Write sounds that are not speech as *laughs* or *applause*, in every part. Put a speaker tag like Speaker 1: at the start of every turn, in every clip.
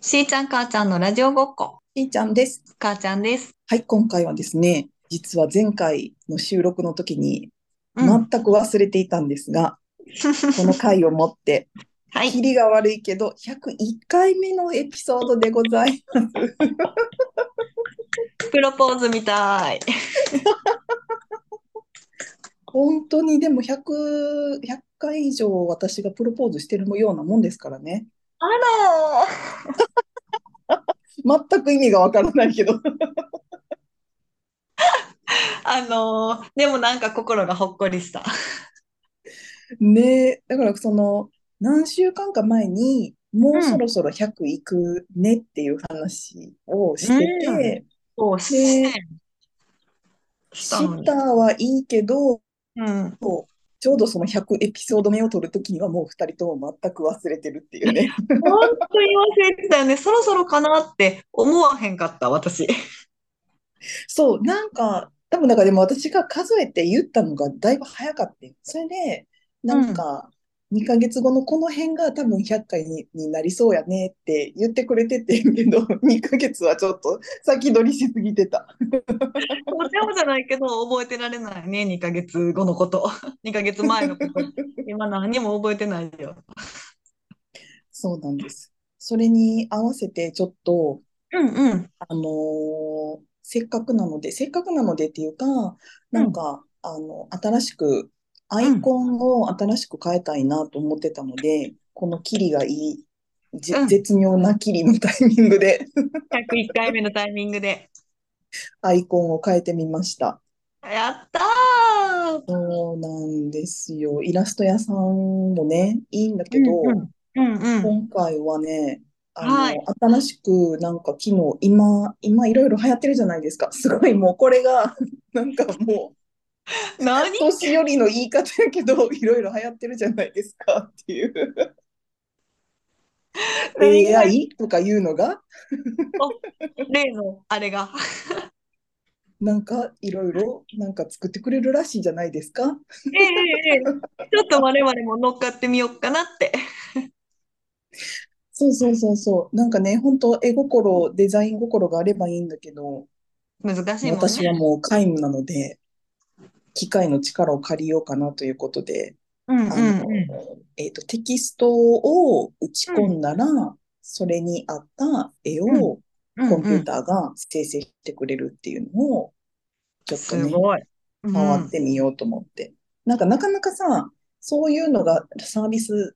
Speaker 1: しーちゃん母ちゃんのラジオごっこ、
Speaker 2: しーちゃんです。
Speaker 1: 母ちゃんです。
Speaker 2: はい、今回はですね、実は前回の収録の時に
Speaker 1: うん
Speaker 2: 全く忘れていたんですが、この回をもって、
Speaker 1: *laughs* は
Speaker 2: キ
Speaker 1: い。
Speaker 2: リが悪いけど、101回目のエピソードでございます。
Speaker 1: プロポーズみたい。
Speaker 2: 本当にでも100、100回以上私がプロポーズしてるようなもんですからね。
Speaker 1: あらー
Speaker 2: 全く意味がわからないけど。 *laughs*
Speaker 1: あのーでもなんか心がほっこりした。
Speaker 2: ねえ、だからその、何週間か前に、も
Speaker 1: うん
Speaker 2: うそろそろ100いくねっていう話をしてて、
Speaker 1: うんそう
Speaker 2: して
Speaker 1: したの
Speaker 2: シ
Speaker 1: に
Speaker 2: ターはいいけど、
Speaker 1: うん。
Speaker 2: ちょうどその100エピソード目を取るときにはもう2人とも全く忘れてるっていうね。
Speaker 1: 本当に忘れてたよね。そろそろかなって思わへんかった、私。
Speaker 2: そう、なんか、多分なんかでも私が数えて言ったのがだいぶ早かったよ。それで、なんか、2ヶ月後のこの辺が多分100回に、になりそうやねって言ってくれててんけど、2ヶ *laughs* 月はちょっと先取りしすぎて *laughs* た。
Speaker 1: とてもじゃないけど、覚えてられないね。2ヶ月後のこと。2ヶ月前のこと。今何も覚えてないよ。
Speaker 2: そうなんです。それに合わせてちょっと、
Speaker 1: うんうん。
Speaker 2: あのーせっかくなので、せっかくなのでっていうか、なんか、あの、新しく、アイコンを新しく変えたいなと思ってたので、このキリがいい、じ
Speaker 1: うん
Speaker 2: 絶妙なキリのタイミングで *laughs*
Speaker 1: 101回目のタイミングで。
Speaker 2: アイコンを変えてみました。
Speaker 1: やったー
Speaker 2: そうなんですよ。イラスト屋さんもね、いいんだけど、
Speaker 1: うんうんうんうん
Speaker 2: 今回はね、あの、
Speaker 1: はい
Speaker 2: 新しくなんか機能、今、今いろいろ流行ってるじゃないですか。すごいもうこれが、なんかも
Speaker 1: *laughs*
Speaker 2: う、
Speaker 1: 何
Speaker 2: 年寄りの言い方やけど、いろいろ流行ってるじゃないですかっていう。
Speaker 1: *laughs* 何
Speaker 2: AI とかいうのが、
Speaker 1: 例のあれが。
Speaker 2: なんかいろいろなんか作ってくれるらしいじゃないですか。
Speaker 1: ええええ *laughs* ちょっと我々も乗っかってみようかなって。
Speaker 2: そうそうそうそう。なんかね、本当絵心、デザイン心があればいいんだけど、
Speaker 1: 難しいもん
Speaker 2: 私は
Speaker 1: ね。
Speaker 2: もう皆無なので、機械の力を借りようかなということで、
Speaker 1: うん
Speaker 2: あ
Speaker 1: うん
Speaker 2: の
Speaker 1: うん。
Speaker 2: えっと、テキストを打ち込んだら、それに合った絵を、コンピューターが生成してくれるっていうのを、ちょっと
Speaker 1: す
Speaker 2: ね、
Speaker 1: ごい。うん
Speaker 2: 回ってみようと思って。なんかなかなかさ、そういうのがサービス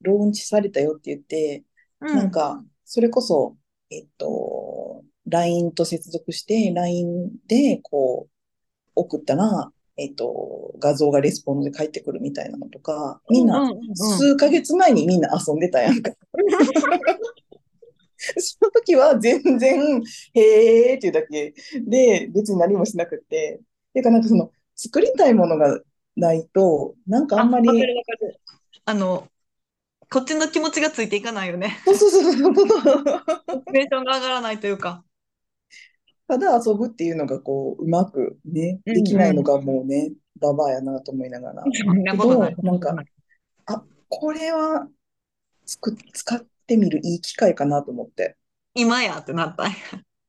Speaker 2: ローンチされたよって言って、
Speaker 1: うん
Speaker 2: なんか、それこそ、えっと、LINE と接続して、LINE でこう、送ったら、えっと、画像がレスポンドで返ってくるみたいなのとか、みんな、
Speaker 1: ううう
Speaker 2: 数ヶ月前にみんな遊んでたやんか。 *laughs* その時は全然、へーっていうだけで、別に何もしなくて。てか、なんかその、作りたいものがないと、なんかあんまり、
Speaker 1: わかるわかるあの、こっちの気持ちがついていかないよね。
Speaker 2: そうそうそうそうそう。 *laughs*
Speaker 1: モチベーションが上がらないというか。
Speaker 2: ただ遊ぶっていうのが、こう、うまくね、
Speaker 1: うん
Speaker 2: できないのがもうね、ババアやなと思いながら。
Speaker 1: そんなことない。
Speaker 2: なんかこれは、つく、使ってみるいい機会かなと思って。
Speaker 1: 今やってなったんや。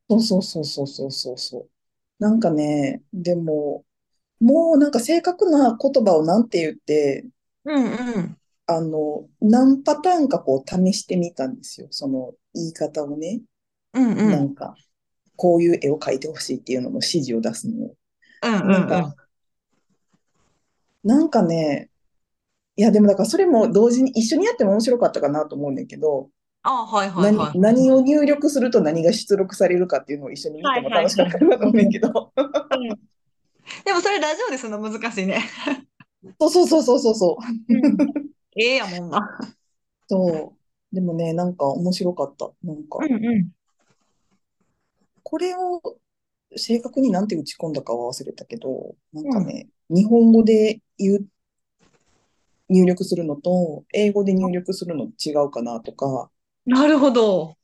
Speaker 2: そうそうそうそうそうそうそう。なんかね、でも、もうなんか正確な言葉をなんて言って、
Speaker 1: うんうん。
Speaker 2: あの、何パターンかこう試してみたんですよ。その言い方をね。
Speaker 1: うんうん。う
Speaker 2: なんんか、こういう絵を描いてほしいっていうのの指示を出すのを。
Speaker 1: うん
Speaker 2: なん
Speaker 1: うん。
Speaker 2: か、なんかね、いやでもだからそれも同時に一緒にやっても面白かったかなと思うんだけど、
Speaker 1: あ、はいはいはい
Speaker 2: 何、。何を入力すると何が出力されるかっていうのを一緒に見ても楽しかったかなと思うんだけど。
Speaker 1: でもそれラジオでするの難しいね。
Speaker 2: そうそうそうそうそうそう。
Speaker 1: ええやもんな。
Speaker 2: そう。でもね、なんか面白かった。なんか、
Speaker 1: うん。
Speaker 2: これを正確になんて打ち込んだかは忘れたけど、なんかね、日本語で言う、入力するのと、英語で入力するの違うかなとか、
Speaker 1: なるほど。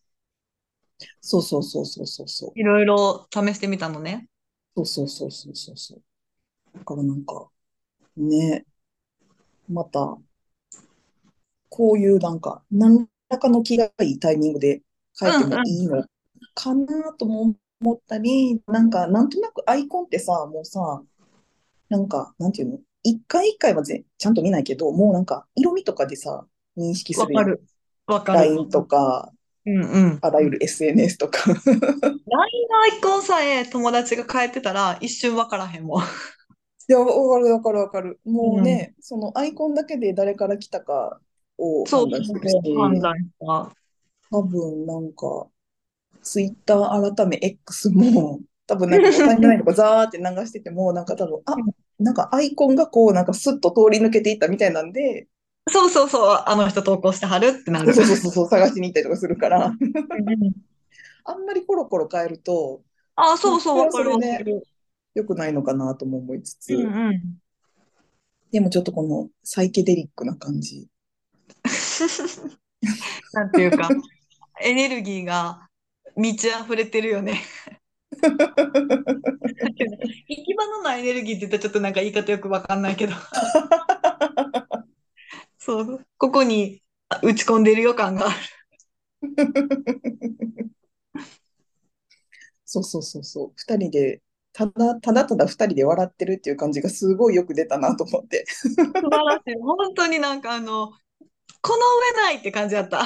Speaker 2: そうそうそうそうそうそう。
Speaker 1: いろいろ試してみたのね。
Speaker 2: そうそうそうそうそうそう。だからなんか、ね、また、こういうなんか、何らかの気がいいタイミングで変えてもいいのかなとも思ったり、なんか、なんとなくアイコンってさ、もうさ、なんか、なんていうの一回一回はぜちゃんと見ないけど、もうなんか、色味とかでさ、認識す
Speaker 1: わ
Speaker 2: る
Speaker 1: か
Speaker 2: やん。
Speaker 1: る。わかる。
Speaker 2: LINE とか、
Speaker 1: うんうん。
Speaker 2: あらゆる SNS とか。
Speaker 1: LINE のアイコンさえ友達が変えてたら一瞬わからへんもん。
Speaker 2: いや、わかるわかるわかる。もうね、そのアイコンだけで誰から来たかを
Speaker 1: そう
Speaker 2: 判断する
Speaker 1: そう
Speaker 2: し、
Speaker 1: 判断した。
Speaker 2: 多分なんか、ツイッター改め X も、多分なんかお金ないとかザーって流してても、なんか多分、あ、なんかアイコンがこう、なんかスッと通り抜けていったみたいなんで、
Speaker 1: そうそうそう、あの人投稿してはるってな
Speaker 2: そう
Speaker 1: る。
Speaker 2: そうそうそう、探しに行ったりとかするから、
Speaker 1: うん
Speaker 2: あんまりコロコロ変えると、
Speaker 1: あ、そうそう、わかるわ
Speaker 2: そ
Speaker 1: か
Speaker 2: れはそれ
Speaker 1: る。
Speaker 2: 良くないのかなとも思いつつ、
Speaker 1: うんうん。
Speaker 2: でもちょっとこのサイケデリックな感じ。
Speaker 1: *laughs* なんていうか、エネルギーが満ち溢れてるよね。行き場のないエネルギーって言ったらちょっとなんか言い方よくわかんないけど。そう、ここにあ打ち込んでる予感がある。
Speaker 2: *laughs* そうそうそうそう、二人で、ただただただ二人で笑ってるっていう感じがすごいよく出たなと思って。
Speaker 1: 素晴らしい。本当になんかあの、この上ないって感じだった。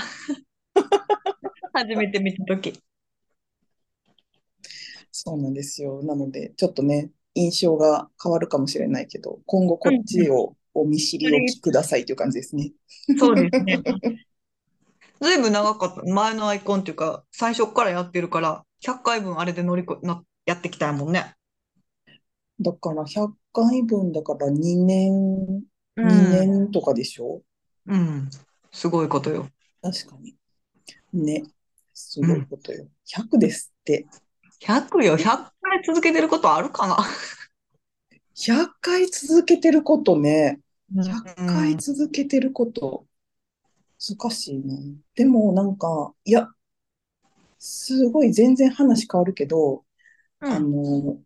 Speaker 1: 初めて見たとき。
Speaker 2: そうなんですよ。なので、ちょっとね、印象が変わるかもしれないけど、今後こっちをお見知りおきくださいという感じですね。
Speaker 1: そうですね。 *laughs* ずいぶん長かった。前のアイコンっていうか、最初からやってるから、100回分あれで乗りこなやってきたもんね。
Speaker 2: だから100回分だから2年、
Speaker 1: う
Speaker 2: 2
Speaker 1: ん。
Speaker 2: 年とかでしょ
Speaker 1: うん。すごいことよ。
Speaker 2: 確かに。ね、す
Speaker 1: う
Speaker 2: ごい
Speaker 1: ん
Speaker 2: ことよ。100ですって。
Speaker 1: 100よ。100回続けてることあるかな。
Speaker 2: 100回続けてることね。100
Speaker 1: う
Speaker 2: 回
Speaker 1: ん
Speaker 2: 続けてること、難しいな。でもなんか、いや、すごい全然話変わるけど、
Speaker 1: う
Speaker 2: あ
Speaker 1: ん。
Speaker 2: の、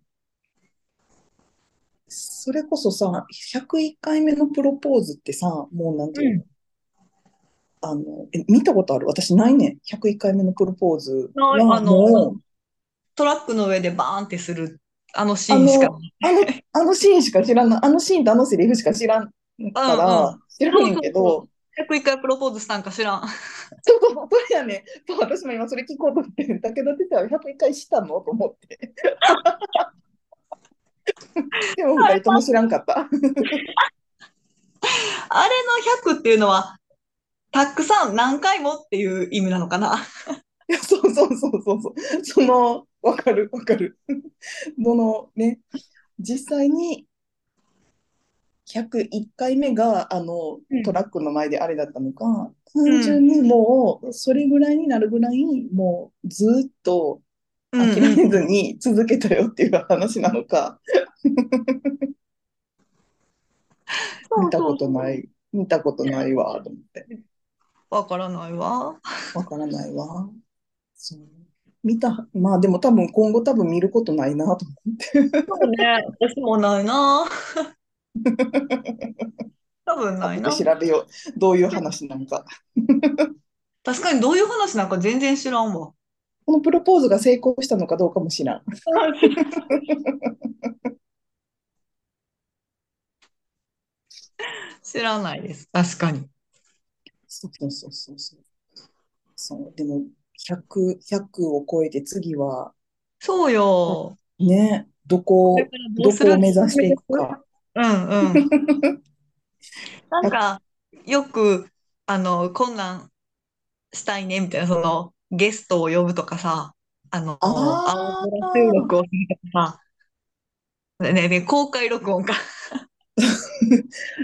Speaker 2: それこそさ、101回目のプロポーズってさ、もうなんていうう
Speaker 1: ん。
Speaker 2: の、あの、え、見たことある私ないねん。101回目のプロポーズ
Speaker 1: ない
Speaker 2: は
Speaker 1: あの
Speaker 2: もう、
Speaker 1: トラックの上でバーンってする、あのシ
Speaker 2: あ
Speaker 1: ーンしか。
Speaker 2: の、あの、あのシーンしか知らない。あのシーンとあのセリフしか知らんか
Speaker 1: うんうん
Speaker 2: ら、知らんねんけ
Speaker 1: そうそう
Speaker 2: ど、
Speaker 1: 101回プロポーズしたんか知らん。
Speaker 2: そうそうそう、それやね。そう、私も今それ聞こうと思って、武田鉄矢は101回したのと思
Speaker 1: *laughs*
Speaker 2: って。でも二人とも知らんかった。 *laughs*
Speaker 1: あれの100っていうのは、たくさん何回もっていう意味なのかな。
Speaker 2: いや、そうそうそうそうそう。その、わかるわかる。どのね、実際に101回目があの
Speaker 1: うん
Speaker 2: トラックの前であれだったのか、
Speaker 1: ん
Speaker 2: 単純にもうそれぐらいになるぐらい、もうずっと
Speaker 1: うん
Speaker 2: 諦めずに続けたよっていう話なのか、見たことな。い、見たことないわ、と思って。
Speaker 1: わからないわ。
Speaker 2: わからないわ。そう。見た、まあでも多分今後多分見ることないなと思って。
Speaker 1: そうね、私もない
Speaker 2: *laughs*
Speaker 1: な。多分ないな。
Speaker 2: 後で調べよう。どういう話なのか。
Speaker 1: 確かにどういう話なんか全然知らん
Speaker 2: *laughs*
Speaker 1: わ。
Speaker 2: このプロポーズが成功したのかどうかも知らん。
Speaker 1: 知らないです。確かに。
Speaker 2: そうそうそうそうそう。そう、でも100、100を超えて次は
Speaker 1: そうよ。
Speaker 2: ね、ど
Speaker 1: こ
Speaker 2: こ
Speaker 1: れ
Speaker 2: を、
Speaker 1: からどう
Speaker 2: ど
Speaker 1: す
Speaker 2: こ
Speaker 1: る
Speaker 2: を目指していくか。
Speaker 1: うんう
Speaker 2: *laughs*
Speaker 1: ん。なんか、よく、あの、こんなんしたいね、みたいな、その、ゲストを呼ぶとかさ、あの、青
Speaker 2: あ
Speaker 1: 空収
Speaker 2: あ、
Speaker 1: 録をするとかさ、ねねね、公開録音か。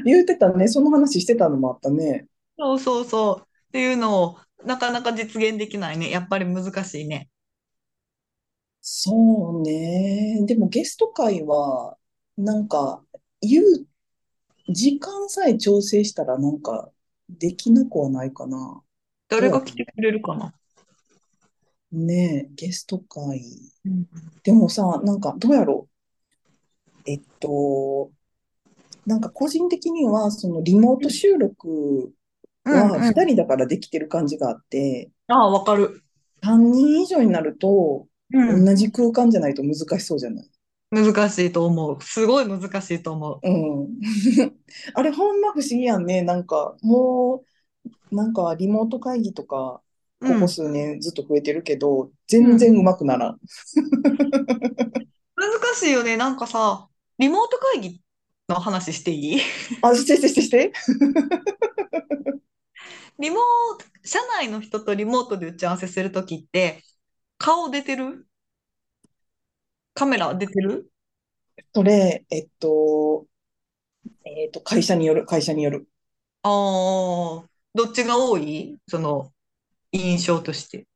Speaker 2: 言ってたね。その話してたのもあったね。
Speaker 1: そうそうそう。っていうのを、なかなか実現できないね。やっぱり難しいね。
Speaker 2: そうね。でもゲスト会は、なんか、言う、時間さえ調整したらなんか、できなくはないかな。ど
Speaker 1: 誰
Speaker 2: うや
Speaker 1: が
Speaker 2: った
Speaker 1: 来
Speaker 2: の
Speaker 1: てくれるかな。
Speaker 2: ねえ、ゲスト会。
Speaker 1: うん
Speaker 2: でもさ、なんか、どうやろう。えっと、なんか個人的には、そのリモート収録
Speaker 1: うん
Speaker 2: は
Speaker 1: うん。
Speaker 2: 2人だからできてる感じがあって、
Speaker 1: ああ、わかる。
Speaker 2: 3人以上になると、
Speaker 1: うん。
Speaker 2: 同じ空間じゃないと難しそうじゃない
Speaker 1: 難しいと思う。すごい難しいと思う。
Speaker 2: うん。 *laughs* あれ、ほんま不思議やんね。なんか、もう、なんか、リモート会議とか、
Speaker 1: う
Speaker 2: こ
Speaker 1: ん。
Speaker 2: こ数年ずっと増えてるけど、全然うまくならん。
Speaker 1: 難しいよね。なんかさ、リモート会議の話していい *laughs*
Speaker 2: あ、してしてしてして。
Speaker 1: リモート、社内の人とリモートで打ち合わせするときって、顔出てるカメラ出てる
Speaker 2: それ、えっと、えっと、会社による、会社による。
Speaker 1: ああー、どっちが多いその、印象として。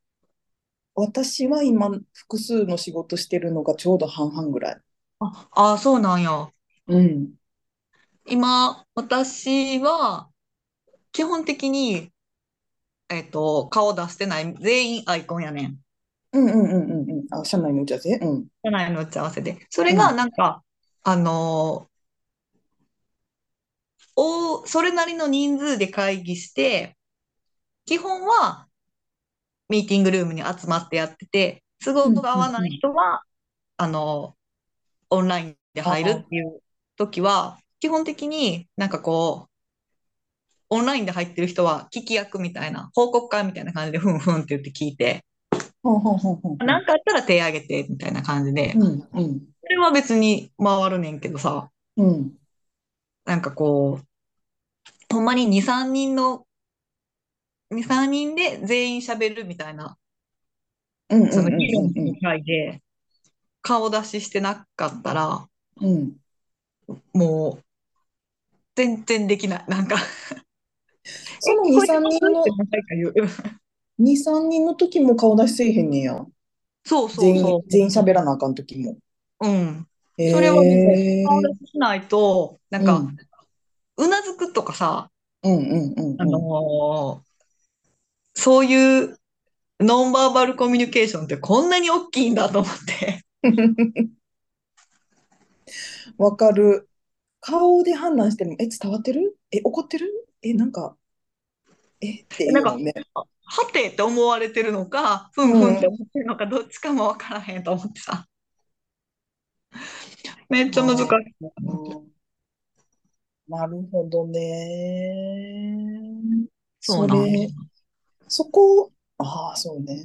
Speaker 2: 私は今、複数の仕事してるのがちょうど半々ぐらい。
Speaker 1: ああー、そうなんや。
Speaker 2: うん。
Speaker 1: 今、私は、基本的に、えっと、顔出してない、全員アイコンやねん。
Speaker 2: うんうんうんうんうん。あ、社内の打ち合わせうん。
Speaker 1: 社内の打ち合わせで。そうれが、
Speaker 2: ん。
Speaker 1: なんか、あのーお、それなりの人数で会議して、基本はミーティングルームに集まってやってて、都
Speaker 2: う
Speaker 1: 合
Speaker 2: ん
Speaker 1: が合
Speaker 2: う
Speaker 1: わ
Speaker 2: ん
Speaker 1: な
Speaker 2: う
Speaker 1: い
Speaker 2: ん。
Speaker 1: 人は、あの、オンラインで
Speaker 2: あ
Speaker 1: 入る
Speaker 2: あ、
Speaker 1: っていう時は、基本的になんかこう、オンラインで入ってる人は聞き役みたいな、報告会みたいな感じで、ふんふんって言って聞いて、
Speaker 2: ほんほんほんほんほ
Speaker 1: なん
Speaker 2: ん。
Speaker 1: かあったら手挙げて、みたいな感じで、
Speaker 2: うんうん。
Speaker 1: それは別に回るねんけどさ、
Speaker 2: うん。
Speaker 1: なんかこう、ほんまに2、3人の、2、3人で全員喋るみたいな、
Speaker 2: うんう
Speaker 1: その
Speaker 2: んう
Speaker 1: 議
Speaker 2: ん
Speaker 1: 論
Speaker 2: うん
Speaker 1: の会で顔出ししてなかったら、
Speaker 2: うん。うん
Speaker 1: もう全然できない。なんか
Speaker 2: そ
Speaker 1: え、
Speaker 2: の
Speaker 1: 聞
Speaker 2: 2、
Speaker 1: こえて
Speaker 2: 3
Speaker 1: ます
Speaker 2: 人
Speaker 1: って
Speaker 2: の、
Speaker 1: 何回か言う。
Speaker 2: 2、3人の時も顔出しせえへんねや。
Speaker 1: *laughs* そうそう
Speaker 2: 全員、
Speaker 1: そ
Speaker 2: 全員喋らなあかん時も。
Speaker 1: う。うん。それはね、顔
Speaker 2: へえ。
Speaker 1: 出ししないと、なん
Speaker 2: う
Speaker 1: か、
Speaker 2: ん。
Speaker 1: うなずくとかさ、
Speaker 2: うんうん
Speaker 1: あ
Speaker 2: うんう
Speaker 1: の
Speaker 2: ん。
Speaker 1: ーそういうノンバーバルコミュニケーションってこんなに大きいんだと思って。
Speaker 2: *laughs*
Speaker 1: *laughs*
Speaker 2: わかる。顔で判断しても、え、伝わってるえ、怒ってるえ、なんか、えって
Speaker 1: なん
Speaker 2: いう
Speaker 1: か、
Speaker 2: のね。
Speaker 1: はてって思われてるのか、ふ
Speaker 2: うん
Speaker 1: ふんって
Speaker 2: ん。
Speaker 1: 思ってるのか、どっちかもわからへんと思ってさ。めっちゃ難しい
Speaker 2: あ
Speaker 1: と思って。
Speaker 2: あ、なるほどね。
Speaker 1: そう
Speaker 2: そ
Speaker 1: なんや。
Speaker 2: れ、そこ、ああ、そうね。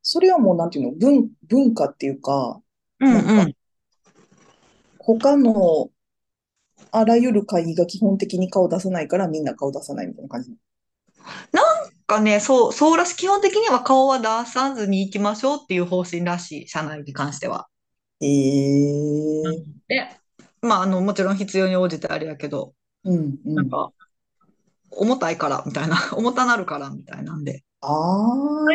Speaker 2: それはもう、なんていうの、文、文化っていうか、
Speaker 1: う
Speaker 2: なん
Speaker 1: んう
Speaker 2: か、
Speaker 1: ん。
Speaker 2: 他のあらゆる会議が基本的に顔出さないから、みんな顔出さないみたいな感じ。
Speaker 1: なんかね、そう、そうらしい、基本的には顔は出さずに行きましょうっていう方針らしい、社内に関しては。な
Speaker 2: ええ
Speaker 1: ので、まあ、あの、もちろん必要に応じてあれやけど、
Speaker 2: うんう
Speaker 1: なん
Speaker 2: ん。
Speaker 1: か、重たいから、みたいな、 *laughs* 重たなるから、みたいなんで。最初に
Speaker 2: ああ、
Speaker 1: そう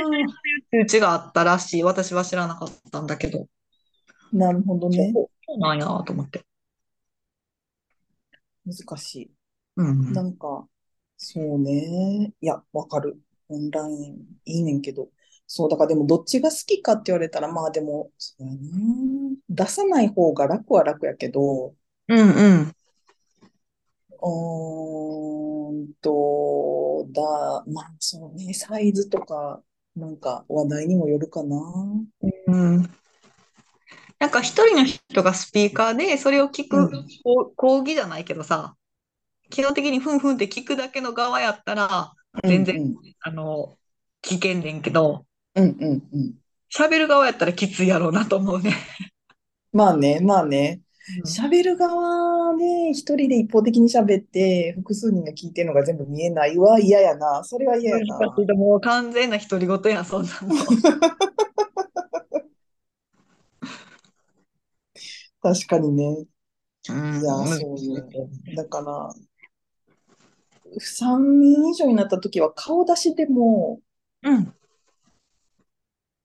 Speaker 1: いう通知があったらしい、私は知らなかったんだけど、
Speaker 2: なるほど
Speaker 1: そう
Speaker 2: ね。
Speaker 1: そうなんやと思って。
Speaker 2: 難しい。
Speaker 1: う。
Speaker 2: なんんか、そうね。いや、わかる。オンライン、いいねんけど。そう、だからでも、どっちが好きかって言われたら、まあでも、そうやな。出さない方が楽は楽やけど、
Speaker 1: うんうん。
Speaker 2: うーんと、だ、まあそうね、サイズとか、なんか話題にもよるかな。
Speaker 1: うんなんか一人の人がスピーカーで、それを聞
Speaker 2: う
Speaker 1: く、
Speaker 2: ん、
Speaker 1: こう講義じゃないけどさ、基本的にふんふんって聞くだけの側やったら、
Speaker 2: う
Speaker 1: 全
Speaker 2: ん、
Speaker 1: 然、
Speaker 2: うん、
Speaker 1: あの、聞けんねんけど、
Speaker 2: うん、うん、うん。
Speaker 1: 喋る側やったらきついやろうなと思うね。
Speaker 2: まあね、まあね。
Speaker 1: うん
Speaker 2: 喋る側で一人で一方的に喋って、複数人が聞いてるのが全部見えないは嫌やな。それは嫌
Speaker 1: 難
Speaker 2: や
Speaker 1: し
Speaker 2: な。
Speaker 1: いともう完全な独り言やん、そんなもん。
Speaker 2: 確かにね。
Speaker 1: う
Speaker 2: い
Speaker 1: ん、
Speaker 2: や、
Speaker 1: 難し
Speaker 2: そう
Speaker 1: い
Speaker 2: ね。
Speaker 1: と思うね。
Speaker 2: だから、3人以上になった時は顔出しでも、
Speaker 1: うん、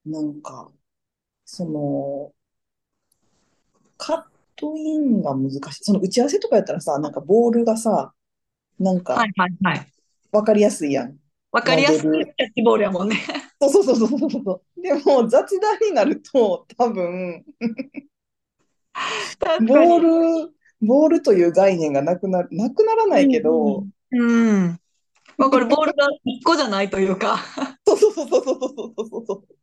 Speaker 2: なんか、その、カットインが難しい。その打ち合わせとかやったらさ、なんかボールがさ、なん
Speaker 1: は
Speaker 2: か
Speaker 1: いはいはい。わ
Speaker 2: わかりやすいやん。
Speaker 1: かり
Speaker 2: モ
Speaker 1: や
Speaker 2: デ
Speaker 1: すく
Speaker 2: ル。
Speaker 1: キャッチボールやもんね。
Speaker 2: そうそうそうそうそうそう。でも雑談になると多分、
Speaker 1: 確か
Speaker 2: ボ
Speaker 1: に。
Speaker 2: ール、ボールという概念がなくな、なくならな
Speaker 1: う
Speaker 2: いけ
Speaker 1: ん
Speaker 2: ど、
Speaker 1: うん。うん。まあこれボールが一個じゃないというか。 *laughs*
Speaker 2: そうそうそうそうそうそうそうそう。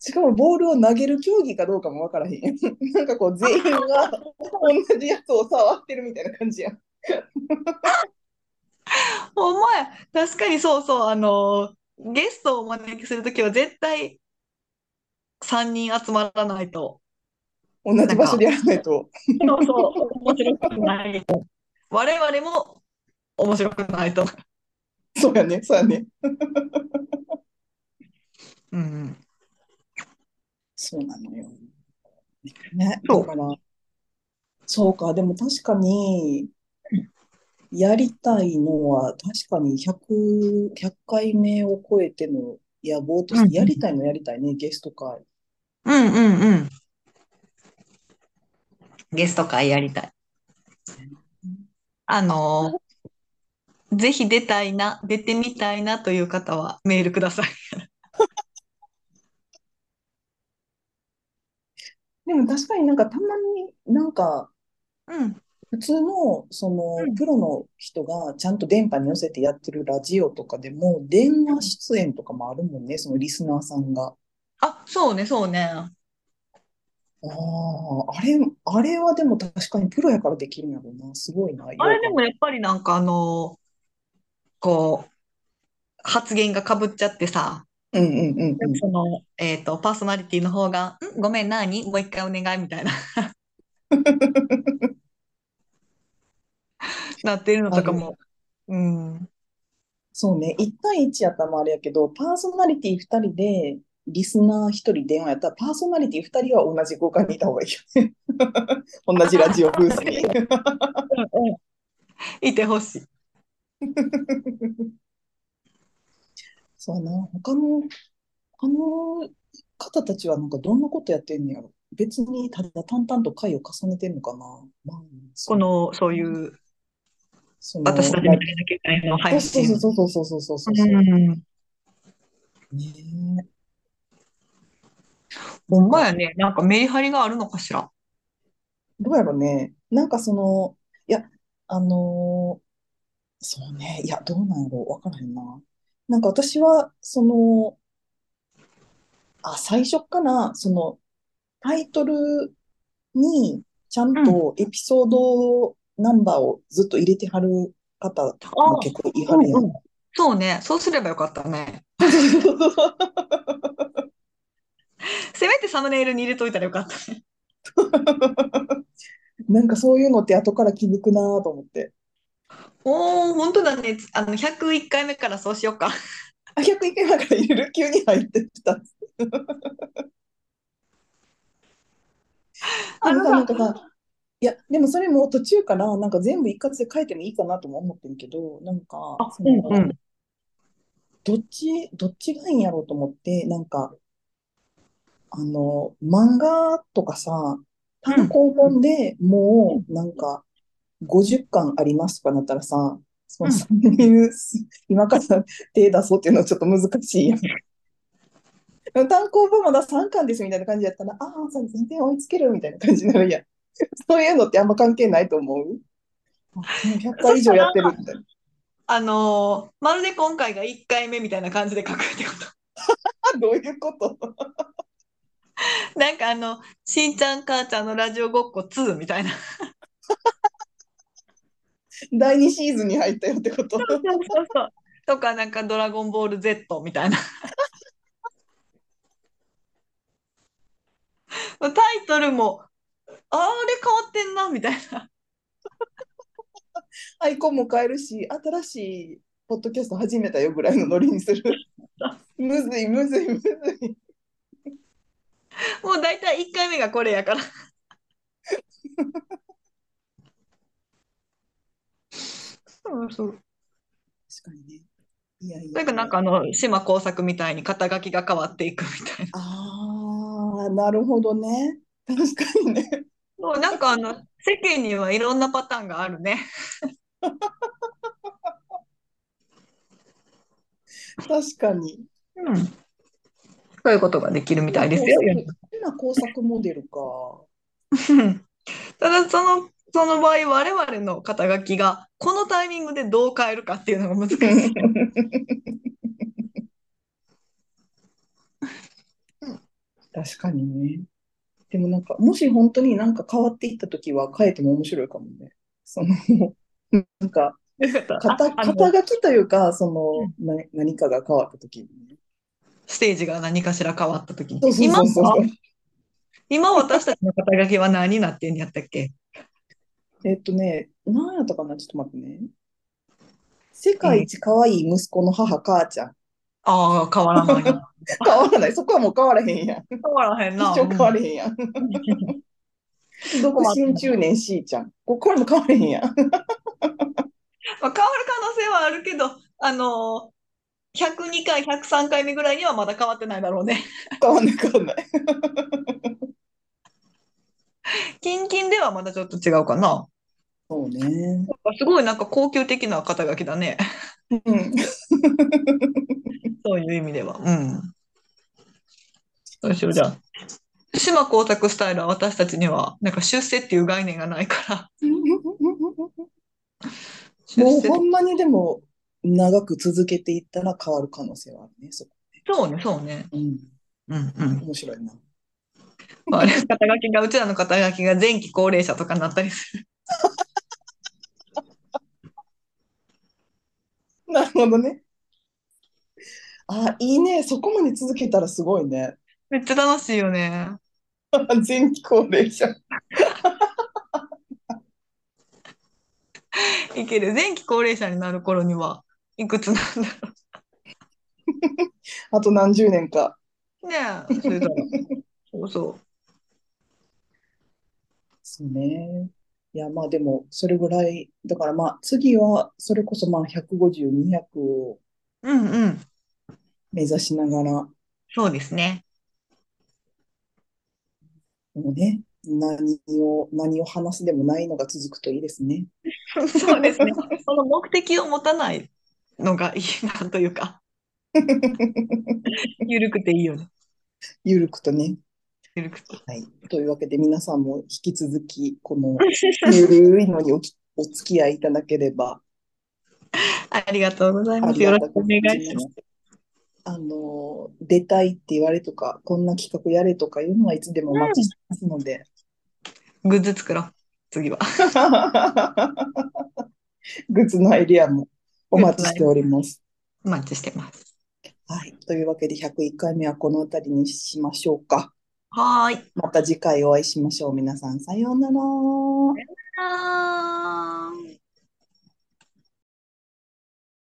Speaker 2: しかもボールを投げる競技かどうかもわからへん。なんかこう、全員が同じやつを触ってるみたいな感じやん。
Speaker 1: お前、確かにそうそう、あの、ゲストをお招きするときは絶対3人集まらないと。
Speaker 2: 同じ場所でやらないと。
Speaker 1: そうそう、面白くないと。我々も面白くないと。
Speaker 2: そうやね、そうやね。
Speaker 1: うん。
Speaker 2: そうなのよ。ね、
Speaker 1: そう
Speaker 2: だから、そうか、でも確かに、やりたいのは、確かに100、100回目を超えての野望とし
Speaker 1: うんうん
Speaker 2: て、やりたいのやりたいね、ゲスト会。
Speaker 1: うんうんうん。ゲスト会やりたい。あの、ぜひ出たいな、出てみたいなという方はメールください。
Speaker 2: でも確かになんかたまになんか
Speaker 1: うん。
Speaker 2: 普通のそうの
Speaker 1: ん
Speaker 2: プロの人がちゃんと電波に寄せてやってるラジオとかでも電話出演とかもあるもんね、そのリスナーさんが。
Speaker 1: あ、そうね、そうね。
Speaker 2: ああ、あれ、あれはでも確かにプロやからできるんやろうな。すごいな。
Speaker 1: あれでもやっぱりなんかあの、こう、発言がかぶっちゃってさ、
Speaker 2: うんうんうんうん。
Speaker 1: その、えっと、パーソナリティの方が、んごめん、何もう一回お願いみたい
Speaker 2: *laughs*
Speaker 1: な、なってるのとかも。うん。
Speaker 2: そうね。1対1やったらもあれやけど、パーソナリティ2人で、リスナー1人電話やったら、パーソナリティ2人は同じ空間にいた方がいいよね。 *laughs* 同じラジオブースに。 *laughs*
Speaker 1: いてほしい。
Speaker 2: そうやな。他の、他の方たちはなんかどんなことやってんのやろ。別にただ淡々と回を重ねてんのかな。まあ、そ
Speaker 1: こ
Speaker 2: う
Speaker 1: の、そういう、
Speaker 2: その
Speaker 1: 私たちみたいな世界の配
Speaker 2: そう
Speaker 1: 信。
Speaker 2: そうそうそうそうそうそうそう。
Speaker 1: うん。
Speaker 2: ねえ
Speaker 1: ほんまやね。なんかメリハリがあるのかしら。
Speaker 2: どうやろね。なんかその、いや、あのーそうね。いや、どうなんやろう。わからへんな。なんか私は、その、あ、最初っから、その、タイトルに、ちゃんとエピソードナンバーをずっと入れてはる方も結構いはるやん。
Speaker 1: そうね。そうすればよかったね。せめてサムネイルに入れといたらよかった。
Speaker 2: *laughs* なんかそういうのって後から気づくなぁと思って。
Speaker 1: おお、本当だね。あの、101回目からそうしようか。
Speaker 2: あ、100いけなから入れる急に入ってきた。でもさ、なんかさ、いや、でもそれも途中から、なんか全部一括で書いてもいいかなとも思ってんけど、なんか、その、
Speaker 1: うん
Speaker 2: どっち、どっちがいいんやろうと思って、なんか、あの、漫画とかさ、単行本でもう、なんか、50巻ありますとかなったらさ、その、そういう、今から手出そうっていうのはちょっと難しいやん。でも単行本まだ3巻ですみたいな感じやったら、ああ、そう全然追いつけるみたいな感じになるやん。そういうのってあんま関係ないと思うあもう100回以上やってるみたいな。
Speaker 1: あのーまるで今回が1回目みたいな感じで書くってこ
Speaker 2: あ *laughs* どういうこと
Speaker 1: と。 *laughs* なんかあの、しんちゃん母ちゃんのラジオごっこ2みたいな。
Speaker 2: 第2シーズンに入ったよってこと *laughs*
Speaker 1: とか、なんかドラゴンボール Z みたいな。 *laughs* タイトルも、ああれ変わってんな、みたいな。
Speaker 2: アイコンも変えるし、新しいポッドキャスト始めたよぐらいのノリに *laughs* する。むずい、むずい、むずい。
Speaker 1: もう大体1回目がこれやから。そうそう。
Speaker 2: 確かにね。いやいやい
Speaker 1: な
Speaker 2: や。
Speaker 1: んかなんかあの、島耕作みたいに肩書きが変わっていくみたいな。
Speaker 2: ああ、なるほどね。確かにね。
Speaker 1: もうなんかあの、世間にはいろんなパターンがあるね。
Speaker 2: 確かに。
Speaker 1: うん。そういうことができるみたいですよ。
Speaker 2: 今工作モデルか。
Speaker 1: うんただその、その場合、我々の肩書きが、このタイミングでどう変えるかっていうのが難し *laughs* い。
Speaker 2: *laughs* 確かにね。でもなんか、もし本当になんか変わっていったときは変えても面白いかもね。その、なんか、肩、
Speaker 1: ああの
Speaker 2: 肩書きというか、その、
Speaker 1: う
Speaker 2: な、何かが変わったときにね。
Speaker 1: ステージが何かしら変わった時に
Speaker 2: そうそう
Speaker 1: 今
Speaker 2: そうそう
Speaker 1: は今私たちの肩書きは何になってんやったっけ
Speaker 2: えっとね、何やったかなちょっと待ってね。世界一可愛い息子の母、母ちゃん。 *laughs*
Speaker 1: ああ変わらないな
Speaker 2: 変わらない。そこはもう変わらへんやん。
Speaker 1: 変わらへんな
Speaker 2: 一生変われへんやん。
Speaker 1: うん
Speaker 2: 独身中年 C ちゃん。ここれも変われへんや *laughs* ん。
Speaker 1: まあ、変わる可能性はあるけどあのー102回103回目ぐらいにはまだ変わってないだろうね *laughs*
Speaker 2: 変わんない変わんない。
Speaker 1: キンキンではまだちょっと違うかな
Speaker 2: そうね。
Speaker 1: すごいなんか高級的な肩書きだね
Speaker 2: うん。
Speaker 1: そういう意味では。うん。どうしよう、じゃあ。島耕作スタイルは私たちには、なんか出世っていう概念がないから、出
Speaker 2: も
Speaker 1: 世
Speaker 2: うほんまにでも長く続けていったら変わる可能性はあるね。そこ
Speaker 1: そうね、そうね。
Speaker 2: うん、
Speaker 1: うんうん。
Speaker 2: 面白いな。
Speaker 1: まあ、あれ肩書きが、うちらの肩書きが前期高齢者とかになったりする。
Speaker 2: なるほどね。あ、いいね。そこまで続けたらすごいね。 *laughs*
Speaker 1: めっちゃ楽しいよね。
Speaker 2: 前期高齢者。
Speaker 1: いける。前期高齢者になる頃には、いくつなんだろ
Speaker 2: あと何十年か。
Speaker 1: う。ねえ、それだろう。そうそう。
Speaker 2: そうね。いや、まあでも、それぐらい。だからまあ、次は、それこそまあ、150、200を
Speaker 1: うんうん。
Speaker 2: 目指しながら、
Speaker 1: そうですね。
Speaker 2: もうね、何を、何を話すでもないのが続くといいですね。
Speaker 1: そうですね。 *laughs* その目的を持たないのがいいなという *laughs* か、ゆるくていいよね。
Speaker 2: ゆるくとね。
Speaker 1: ゆるく *laughs* て。
Speaker 2: はい。というわけで、皆さんも引き続き、この、ゆるいのにおきお付き合いいただければ、
Speaker 1: ありがとうござい
Speaker 2: あ
Speaker 1: ます。
Speaker 2: り
Speaker 1: よろ
Speaker 2: が
Speaker 1: したくお
Speaker 2: く思
Speaker 1: 願
Speaker 2: い
Speaker 1: いし
Speaker 2: ま。
Speaker 1: ます
Speaker 2: あの、出たいって言われとか、こんな企画やれとかいうのはいつでもお待ちしてますので。
Speaker 1: す。グッズ作ろう。次は。
Speaker 2: *laughs* グッズのアイディアもお待ちしております。
Speaker 1: お待ちしてます。
Speaker 2: はい。というわけで、101回目はこのあたりにしましょうか。
Speaker 1: はーい。
Speaker 2: また次回お会いしましょう。皆さん、さようなら。
Speaker 1: あー